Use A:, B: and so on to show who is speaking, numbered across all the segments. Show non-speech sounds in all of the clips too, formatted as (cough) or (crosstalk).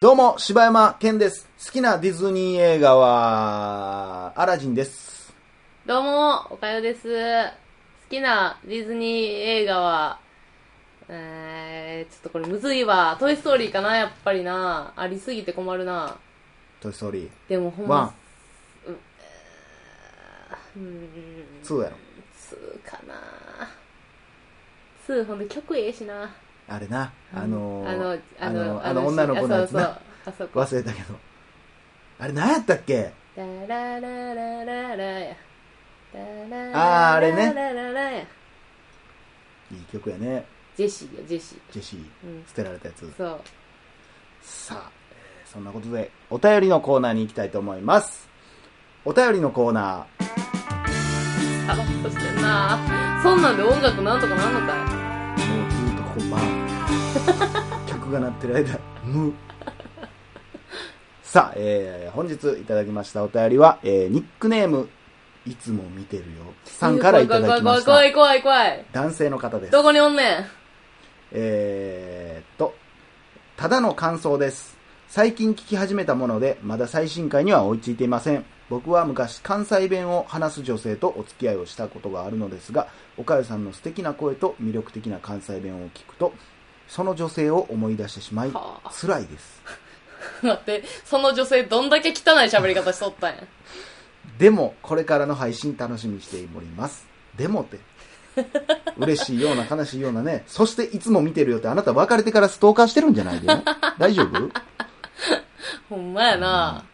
A: どうも、柴山健です。好きなディズニー映画は、アラジンです。
B: どうも、おかよです。好きなディズニー映画は、えー、ちょっとこれむずいわ。トイストーリーかな、やっぱりな。ありすぎて困るな。
A: トイストーリ
B: でもほ
A: ー。
B: ん
A: ワ
B: ま、うーん、
A: ン、ツーやろ。
B: 2かな。2、ほんで曲ええしな。
A: あれな、あのー、
B: あの、あの、
A: あの女の子のやつな
B: あそうそう、あそこ。
A: 忘れたけど。あれ、何やったっけ
B: ダラララララや。ダラララララや。
A: あーあれね
B: ラララや。
A: いい曲やね。
B: ジェシーよ、ジェシー。
A: ジェシー、
B: うん
A: 捨てられたやつ。
B: そう。
A: さあ、えーそんなことで、お便りのコーナーに行きたいと思います。お便りのコーナー、
B: サロッとしてんなそんなんで音楽なんとかなんのか
A: もうずっとここ、まあ、 (laughs) 曲が鳴ってる間、無。さあ、えー本日いただきましたお便りは、えーニックネーム、いつも見てるよ、さん
B: い
A: からいただきまし
B: 怖
A: た。
B: い怖い怖い怖い
A: 男性の方です。
B: どこにおんねん
A: えーっと、ただの感想です。最近聞き始めたもので、まだ最新回には追いついていません。僕は昔関西弁を話す女性とお付き合いをしたことがあるのですが、おかゆさんの素敵な声と魅力的な関西弁を聞くと、その女性を思い出してしまい
B: はあ、
A: 辛いです。
B: 待ってその女性どんだけ汚い喋り方しとったんや
A: でも、これからの配信楽しみにしております。でもって。嬉しいような悲しいようなね。そしていつも見てるよって、あなた別れてからストーカーしてるんじゃないで大丈夫
B: ほんまやな、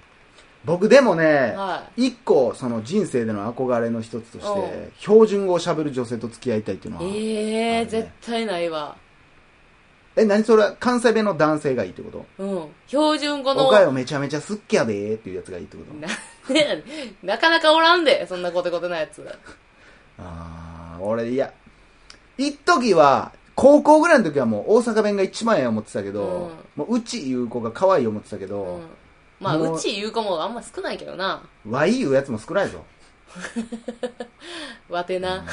A: 僕でもね、
B: は
A: 一個その人生での憧れの一つとし
B: う
A: て
B: ん
A: 標準語を喋る女性と付き合いたいっていうのは、
B: ええ
A: あるね
B: ー、絶対ないわ
A: え何それは関西弁の男性がいいってこと
B: うん標準語の
A: おかよめちゃめちゃ好きやでーっていうやつがいいってこと
B: なんでやねん (laughs) なかなかおらんでそんなコテコテなやつ
A: ああ俺いや一時は高校ぐらいの時はもう大阪弁が一番ええ思ってたけど、うもううちいう子が可愛い思ってたけ
B: う
A: ど
B: ん、まあ
A: もう
B: うち言う子もあんま少ないけどな
A: わいいうやつも少ないぞ、
B: わてな、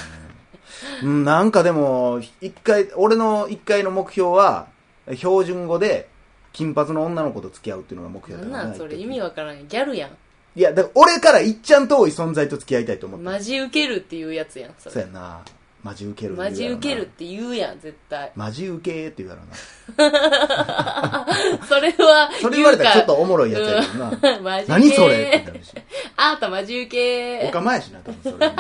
A: うん、なんかでも一回俺の一回の目標は標準語で金髪の女の子と付き合うっていうのが目標だ
B: なん
A: ったか
B: なんそれ意味わからんギャルやん
A: いや、だから俺からいっちゃん遠い存在と付き合いたいと思ってる。
B: マジウケるっていうやつやんそ
A: そう
B: れ
A: やんな。マジ受ける。
B: マジウケるっ。て言うやん絶対 (laughs)
A: マジ受けって言うやろな。
B: それは
A: それ言われたらちょっと
B: っ
A: おもろいやつやけどな。
B: と (laughs) マジ
A: 何
B: 系
A: それってな
B: (laughs)
A: るし。
B: あんたマジウ
A: お
B: ケ
A: 構いやしな、多分それ。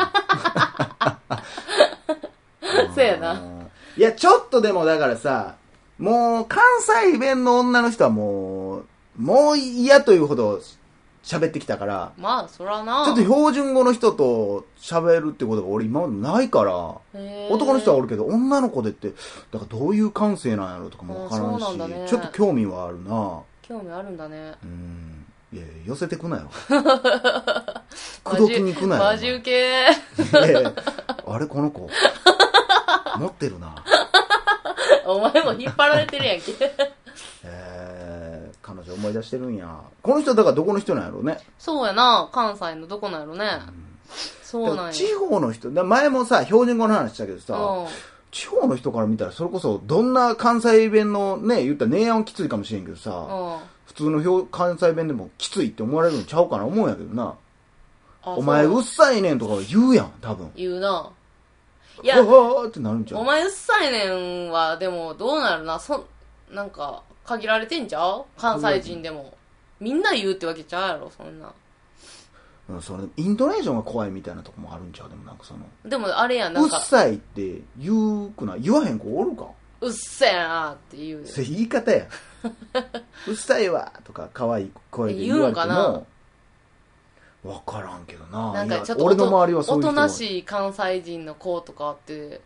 B: そうやな。
A: いや、ちょっとでもだからさ、もう関西弁の女の人はもう、もう嫌というほど喋ってきたから、
B: まあそらな
A: ちょっと標準語の人と喋るってことが俺今までないから、男の人はお
B: 俺
A: るけど、女の子でって、だからどういう感性なんやろとかもわからん
B: あそう
A: し、
B: なんだね
A: ちょっと興味はあるな
B: 興味あるんだね
A: うん。いやいや、寄せてくな
B: (laughs)
A: よ。口説きにくなよ。
B: マジウケ
A: お前いやいやあれ、この子。持ってるな。
B: (laughs) お前も引っ張られてるやんけ (laughs)
A: えー、彼女思い出してるんや。この人、だからどこの人なんやろうね。
B: そうやな関西のどこなんやろね、そうなんや
A: 地方の人、だ前もさ、標準語の話したけどさ、
B: うん
A: 地方の人から見たら、それこそ、どんな関西弁のね、言ったら、明暗きついかもしれんけどさ、
B: うん
A: 普通の表関西弁でもきついって思われるんちゃうかな思うんやけどな。
B: あ
A: お前
B: そう
A: うっさいねんとか言うやん、多分。
B: 言うないいや
A: うわーってなるんちゃ
B: お
A: う
B: 前うっさいねんはでもどうなるなそんなんか限られてんちゃう関西人でもみんな言うってわけちゃうやろそんな
A: うん、それ、イントネーションが怖いみたいなとこもあるんちゃうでもなんかその、
B: でもあれやんな
A: うんっ
B: か
A: さいって言うくない言わへん子おるか
B: うっせえなって言う
A: それ言い方
B: (laughs)
A: や。うっさいわとか、可愛い声で言われて
B: 言うんか
A: も、わからんけどな。
B: なん
A: い
B: か
A: や
B: ちょっとお
A: 俺
B: と
A: の周りはそういう
B: お
A: 人
B: と
A: が
B: なしい関西人の子とかって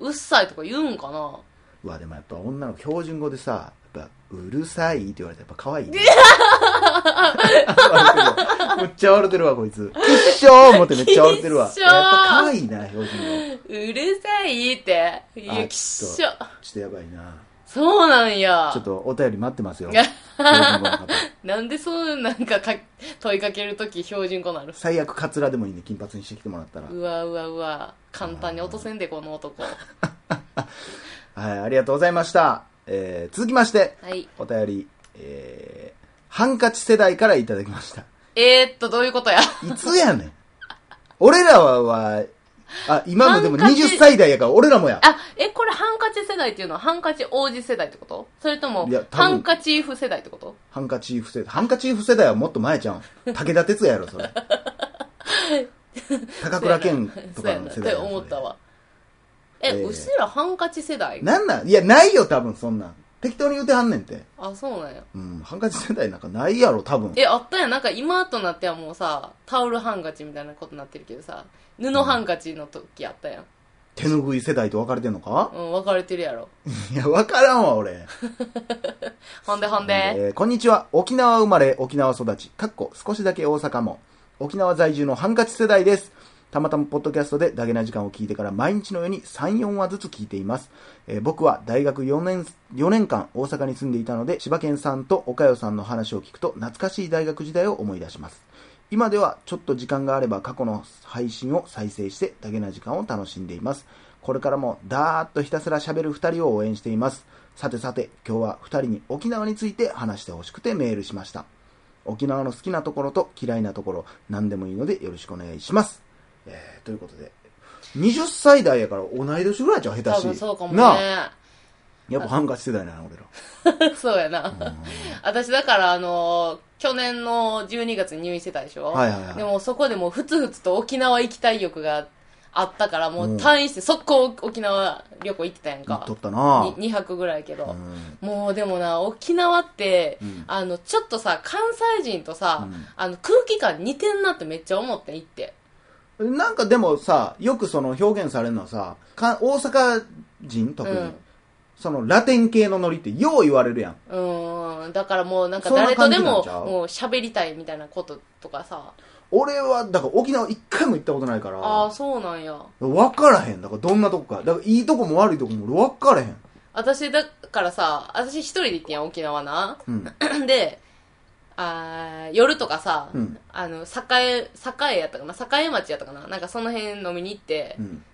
B: うっさいとか言うんかな
A: うわ、でもやっぱ女の子標準語でさ、やっぱ、うるさいって言われてやっぱ可
B: (laughs)
A: 愛い、ね。笑ってるわめっちゃ笑ってるわ、こいつ。一生思ってめっちゃ笑ってるわ。
B: 一生
A: やっぱ可愛いな、標準語。
B: うるさいってい
A: あ
B: やきっしょ
A: ちょっとやばいな。
B: そうなんや
A: ちょっとお便り待って
B: (laughs)
A: ますよ。
B: いや
A: 標準語の方
B: なんでそうなんかか問いかけるとき標準語なる
A: 最悪カツラでもいいんで金髪にしてきてもらったら。 (laughs)
B: うわうわうわ簡単に落とせんでこの男
A: あはい、ありがとうございました。えー続きまして、
B: はい。
A: お便り、えー、ハンカチ世代からいただきました。
B: えー、っと、どういうことや。
A: いつやねん。俺らは、はあ、今のでも
B: ハンカチ
A: 20歳代やから、俺らもや。
B: あ、え、これハンカチ世代っていうのはハンカチ王子世代ってことそれとも
A: いや、多分
B: ハンカチーフ世代ってこと
A: ハンカチーフ世代。ハンカチーフ世代はもっと前じゃん。武田鉄矢やろ、そ
B: (laughs)
A: れ。高倉健と
B: そうや
A: か
B: な
A: の
B: そ
A: 世
B: うや
A: 代
B: なって思った。わ。え、
A: ええ
B: うちらハンカチ世代
A: それなんなんいや、ないよ、多分、そんなん。適当に言うてはんねんて。
B: あ、そうなんや。
A: うん、ハンカチ世代なんかないやろ、多分。
B: え、あったやん。なんか今となってはもうさ、タオルハンカチみたいなことになってるけどさ、布ハンカチの時あったやん。
A: 手ぬぐい世代と分かれてんのか (laughs)
B: うん、分かれてるやろ。
A: いや、分からんわ、俺。
B: ほんでほんで。
A: えーこんにちは。沖縄生まれ、沖縄育ち、かっこ少しだけ大阪も、沖縄在住のハンカチ世代です。たまたまポッドキャストでダゲな時間を聞いてから毎日のように3、4話ずつ聞いています。えー僕は大学4年、4年間大阪に住んでいたので、柴犬さんと岡代さんの話を聞くと懐かしい大学時代を思い出します。今ではちょっと時間があれば過去の配信を再生してダゲな時間を楽しんでいます。これからもだーっとひたすら喋る二人を応援しています。さてさて、今日は二人に沖縄について話してほしくてメールしました。沖縄の好きなところと嫌いなところ、何でもいいのでよろしくお願いします。えー、ということで、20歳代やから同い年ぐらいじゃん下
B: 多
A: 手し。
B: 分そうかもね。
A: なあ、やっぱハンカチ世代なの俺ら。
B: (laughs) そうやな。私だからあのー去年の12月に入院してたでしょ
A: はいはいはい
B: でもそこでもうふつふつと沖縄行きたい欲があったから、もう退院して速攻沖縄旅行行ってたやん
A: 言っ
B: か
A: と。ったな
B: に2泊ぐらいやけど。
A: うん
B: もうでもな、沖縄って、
A: うん
B: あの、ちょっとさ、関西人とさ、
A: うん
B: あの、空気感似てんなってめっちゃ思って行って。
A: なんかでもさ、よくその表現されるのはさ、か大阪人特に、
B: うん
A: そのラテン系のノリってよう言われるやん。
B: うーん。だからもうなんか
A: そんな
B: 誰とで
A: 感
B: も、
A: じなんちゃう
B: もう喋りたいみたいなこととかさ。
A: 俺は、だから沖縄一回も行ったことないか
B: ああ、
A: ら、
B: そうなんや。
A: 分からへん。だからどんなとこか。だからいいとこも悪いとこも俺分からへん。
B: 私だからさ、私一人で行ってんやん、沖縄な。 (clears throat)
A: うん。
B: で、あー夜とかさ、
A: うん
B: あの、栄、栄やったかな栄町やったかななんかその辺飲みに行って
A: う、ん。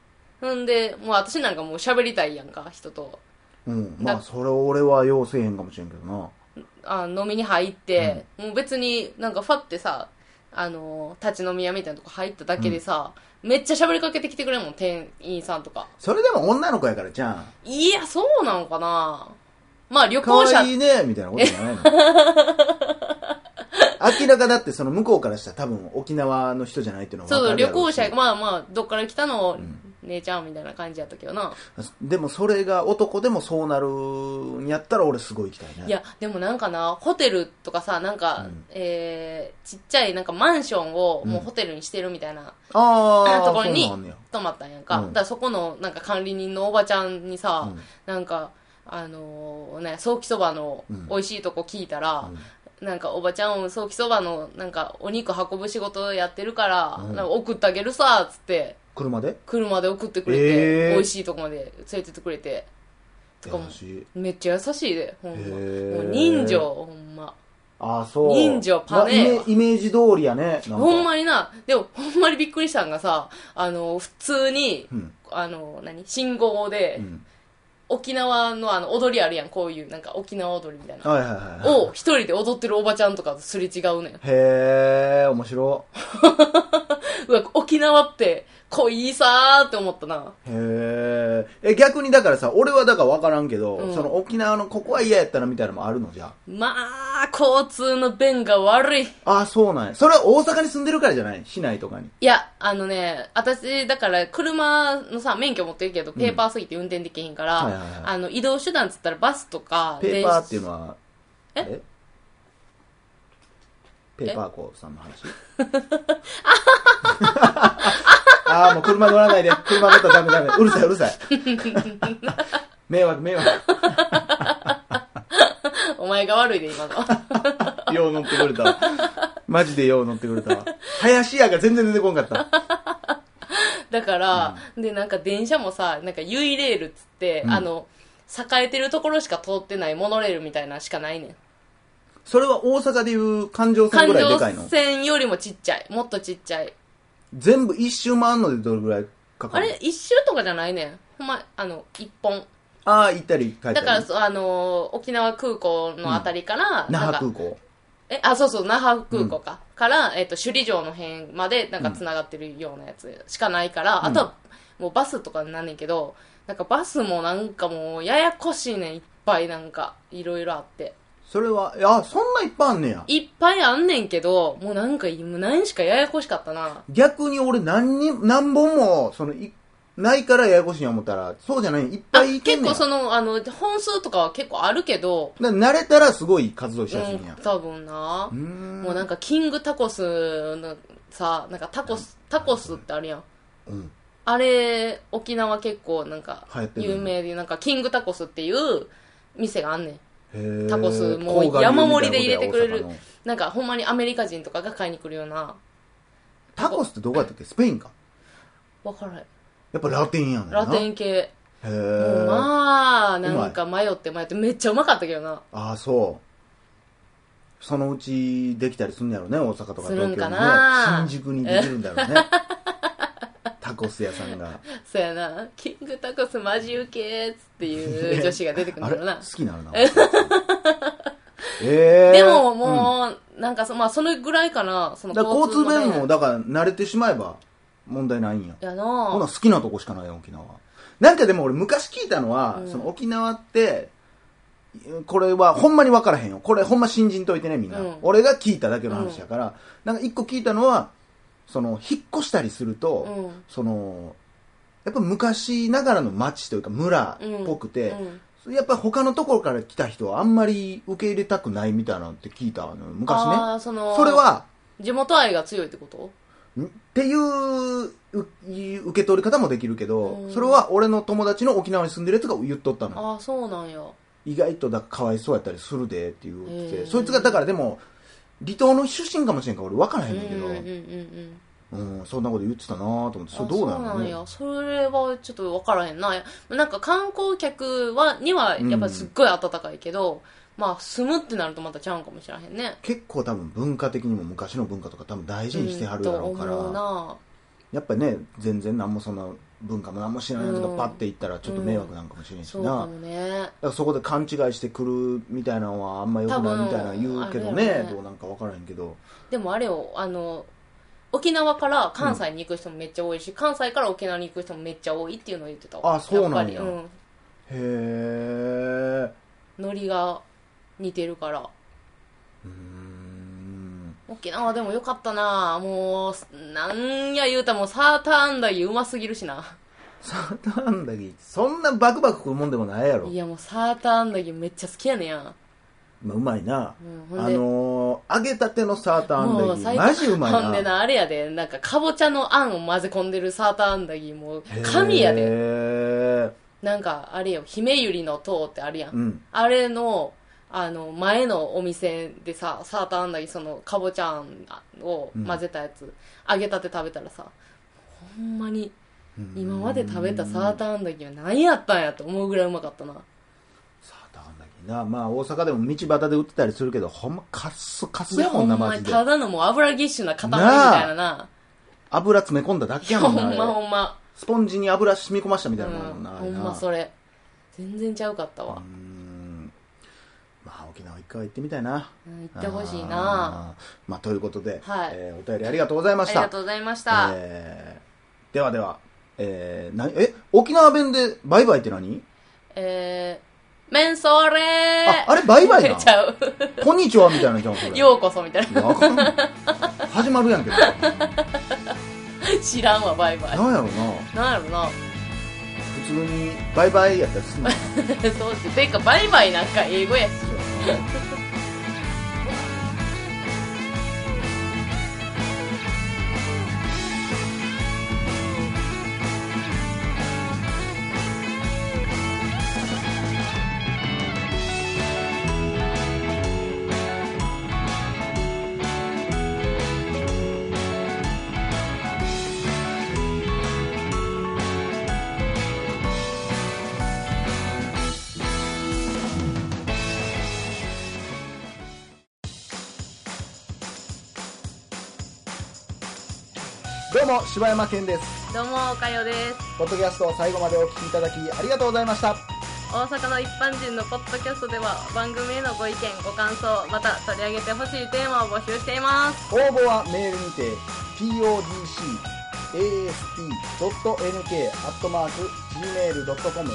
B: ほんで、もう私なんかもう喋りたいやんか、人と。
A: うん。まあ、それ俺はようせえへんかもしれんけどな。
B: あ飲みに入って、もう別になんかファってさ、あのー立ち飲み屋みたいなとこ入っただけでさ、めっちゃ喋りかけてきてくれるもん、店員さんとか。
A: それでも女の子やからじゃん。
B: いや、そうなんかなまあ旅
A: か
B: 行者
A: わいいね、みたいなことじゃ
B: (laughs)
A: ないの。明らかだってその向こうからしたら多分沖縄の人じゃないっていうのは
B: そう
A: 分
B: そ
A: か
B: う、
A: るや
B: 旅
A: ろ
B: 行
A: し
B: 者、まあまあ、どっから来たの、姉ちゃんみたいな感じやったけどな。
A: でもそれが男でもそうなるんやったら俺すごい行きたいね。
B: いや、でもなんかな、ホテルとかさ、なんか、えー、ちっちゃいなんかマンションをもうホテルにしてるみたいな、
A: ああ、
B: ところに
A: そうなんねや
B: 泊まったんやんか。
A: うん
B: だからそこのなんか管理人のおばちゃんにさ、
A: うん
B: なんか、あのーね、早期そばの
A: うん
B: 美味しいとこ聞いたら、なんかおばちゃん、早期そばのなんかお肉運ぶ仕事やってるから、
A: うん
B: なんか送ってあげるさ、つって、
A: 車で
B: 車で送ってくれて、
A: えー
B: 美味しいとこまで連れてってくれて、とかも
A: 優しい
B: めっちゃ優しいで、ほんま。
A: へー
B: もう人情、ほんま。
A: ああ、そう。
B: 人情パネー
A: まあイメイメージ通りやね。なんか
B: ほんまにな、でもほんまにびっくりしたんがさ、あの、普通に、
A: うん。
B: あの、何信号で、
A: うん。
B: 沖縄のあの踊りあるやん、こういう、なんか沖縄踊りみたいな。
A: はいはいはい。
B: を一人で踊ってるおばちゃんとかとすれ違うねん。
A: へえ、面白。
B: うわ、沖縄って濃いさーって思ったな。
A: へーえ、逆にだからさ、俺はだから分からんけど、
B: うん
A: その沖縄のここは嫌やったなみたいなのもあるのじゃ
B: まあ、交通の便が悪い。
A: あ。ああ、そうなんや。それは大阪に住んでるからじゃない市内とかに。
B: いや、あのね、私、だから、車のさ、免許持ってるけど、ペーパーすぎて運転できへんから、
A: はいはいはい
B: あの、移動手段つったらバスとか、
A: ペーパーっていうのは、
B: え
A: ペーパーコーさんの話 (laughs) ああ、もう車乗らないで、車乗ったらダメダメ。うるさい、うるさい。
B: (laughs)
A: 迷惑、迷惑。
B: 電 (laughs) 車お前が悪いで、今の。
A: (laughs) よう乗ってくれたわ。マジでよう乗ってくれたわ。林家が全然出てこんかった。
B: だから、で、なんか電車もさ、なんか U レールっつって、
A: うん
B: あの、栄えてるところしか通ってないモノレールみたいなのしかないねん。
A: それは大阪でいう環状線
B: 環
A: ぐらいで
B: 状
A: かいの
B: 線よりもちっちゃい。もっとちっちゃい。
A: 全部一周回んのでどれぐらいかか
B: あ
A: る
B: れ、一周とかじゃないねん。ほんま、あの、一本。
A: ああ、行ったり帰ったり。
B: だから、そうあのー沖縄空港のあたりから、
A: 那
B: な
A: 覇
B: んか
A: 空港。
B: え、あ、そうそう、那覇空港か。から、えっ、と、首里城の辺まで、なんか繋がってるようなやつしかないから、
A: ん
B: あとは、もうバスとかになんねんけど、なんかバスもなんかもう、ややこしいねん、いっぱいなんか、いろいろあって。
A: それは、あ、そんないっぱいあんねや。
B: いっぱいあんねんけど、もうなんか、もう何しかややこしかったな。
A: 逆に俺何に、何本も、その、いないからややこしいな思ったら、そうじゃない、いっ
B: あ
A: ぱい行け
B: 結
A: んねん。
B: 構その、あの、本数とかは結構あるけど、
A: だから慣れたらすごい活動し
B: う
A: やすいん
B: ん
A: や。、
B: 多分な
A: うー。ん。
B: もうなんか、キングタコスのさ、なんかタコス、タコスってあるやん。
A: うん。
B: あれ、沖縄結構なんか
A: 流行って、る
B: 有名で、なんか、キングタコスっていう店があんねん。
A: へー
B: タコスも
A: 黄
B: う
A: 河
B: 山盛りで入れてくれ
A: 流み
B: る
A: たいなことや大阪の。
B: なんか、ほんまにアメリカ人とかが買いに来るような、
A: タコスってどこやったっけスペインか。
B: わからない。
A: やっぱラテンやねんな。
B: ラテン系。
A: へ
B: も
A: え
B: う。まあ、なんか迷って迷って、めっちゃうまかったけどな。
A: ああ、そう。そのうちできたりするんやろうね、大阪とか東京
B: する
A: にね
B: んかな。
A: 新宿にできるんだろうね。
B: (laughs)
A: タコス屋さんが。
B: そうやな。キングタコスマジウケーっつっていう女子が出てくる
A: (laughs) あ
B: ん
A: れ
B: だろ
A: 好
B: うな。
A: きなのな。
B: (laughs)
A: ええ
B: でももう、なんかそ、まあ、それぐらいかな。その
A: だから交通
B: のね
A: 便も、だから慣れてしまえば問題ないんや。
B: や
A: ほな
B: な
A: 好きなとこしかないよ、沖縄。なんかでも俺昔聞いたのは、
B: うん
A: その沖縄って、これはほんまに分からへんよ。これほんま信じんといてね、みんな。
B: うん
A: 俺が聞いただけの話やから、なんか一個聞いたのは、その、引っ越したりすると、
B: うん
A: その、やっぱ昔ながらの町というか村っぽくて、
B: うん
A: やっぱ他のところから来た人はあんまり受け入れたくないみたいなのって聞いたのよ昔ね。
B: あーその
A: それは、
B: 地元愛が強いってこと
A: んっていううい受け取り方もできるけど、
B: うん
A: それは俺の友達の沖縄に住んでるやつが言っとったの
B: ああそうなんや
A: 意外とだかわいそうやったりするでって言ってて、
B: うん
A: そいつがだからでも離島の出身かもしれんから俺分からへんねんけど、
B: う
A: うん
B: うんうん
A: ん
B: うん
A: そんなこと言ってたなと思ってそ
B: あ
A: れどうな
B: そ
A: の
B: うなんやそれはちょっと分からへんななんか観光客はにはやっぱりすっごい暖かいけど、まあ住むってなるとまたちゃうんかもしれへんね
A: 結構多分文化的にも昔の文化とか多分大事にしてはるだろうから、
B: んと思うな
A: やっぱね全然何もそんな文化も何も知らないやつが
B: うん
A: パッて行ったらちょっと迷惑なんかもしれんし
B: そう
A: な、
B: かもね
A: だからそこで勘違いしてくるみたいなのはあんま良くないみたいなの言うけど
B: 多分あれ
A: ね
B: やね
A: どうなんか分からへんけど
B: でもあれよあの沖縄から関西に行く人もめっちゃ多いし、関西から沖縄に行く人もめっちゃ多いっていうのを言ってたわ
A: あそうなんや
B: っぱりうん、
A: へえ
B: ノリが似てるから
A: うーん
B: 沖縄でもよかったなもう、なんや言うたらもうサーターアンダギーうますぎるしな。
A: サーターアンダギーそんなバクバク食うもんでもないやろ
B: いやもうサーターアンダギーめっちゃ好きやねんや。
A: まあうまいな、
B: うんほん
A: あ
B: で
A: のー揚げたてのサーターアン
B: も
A: ダ
B: う
A: ギ
B: 最
A: ー
B: 高
A: マジうまいな
B: ほんでな、あれやで、なんかかぼちゃのあんを混ぜ込んでるサーターアンダギーもう
A: へー
B: 神やで。なんかあれよ、ひめゆりの塔ってあるやん。
A: うん
B: あれの、あの、前のお店でさ、サーターアンダギー、その、かぼちゃあんを混ぜたやつ、揚げたて食べたらさ、ほんまに、今まで食べたサーターアンダギーは何やったんやと思うぐらいうまかったな。
A: サーターアンダギーなまあ大阪でも道端で売ってたりするけどほんまカッスカスやもんな
B: ほん
A: マ
B: ま
A: ジ
B: に
A: で
B: ただのもう油ぎっしゅな塊みたいなな。
A: 油詰め込んだだけやも
B: ほ
A: ん
B: ん
A: なあ
B: ま
A: れ
B: ほんま。
A: スポンジに油染み込ましたみたいなもんやも
B: うんん、
A: な、あ
B: ほ
A: れなん
B: まそれ。全然ちゃうかった
A: うー
B: わ。
A: んまあ沖縄一回は行ってみたいな
B: うん、行ってほしいな
A: あーまあということで、
B: はい
A: えーお便りありがとうございま
B: あ
A: し
B: り
A: た
B: がとうございました。
A: えーではではえー、なえ沖縄弁でバイバイって何
B: えー、メンソーレー
A: ああれバイバイな
B: (laughs) ちゃう。
A: こんにちはみたいなじゃんそれ
B: ようこそみたいな。
A: わからん始まるやんけど
B: (laughs) 知らんわ、バイバイ。
A: なんやろな
B: なんやろな。 (laughs)
A: 普通にバイバイやったりすんの
B: (laughs) そうして。てか、バイバイなんか英語やし。
A: どうも柴山健です
B: どうも、おかよです。
A: ポッドキャストを最後までお聞きいただきありがとうございました
B: 大阪の一般人のポッドキャストでは番組へのご意見ご感想また取り上げてほしいテーマを募集しています
A: 応募はメールにて podcast.nk.gmail.com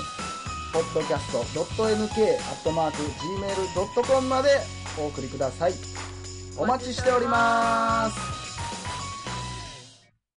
A: podcast.nk.gmail.com までお送りくださいお待ちしております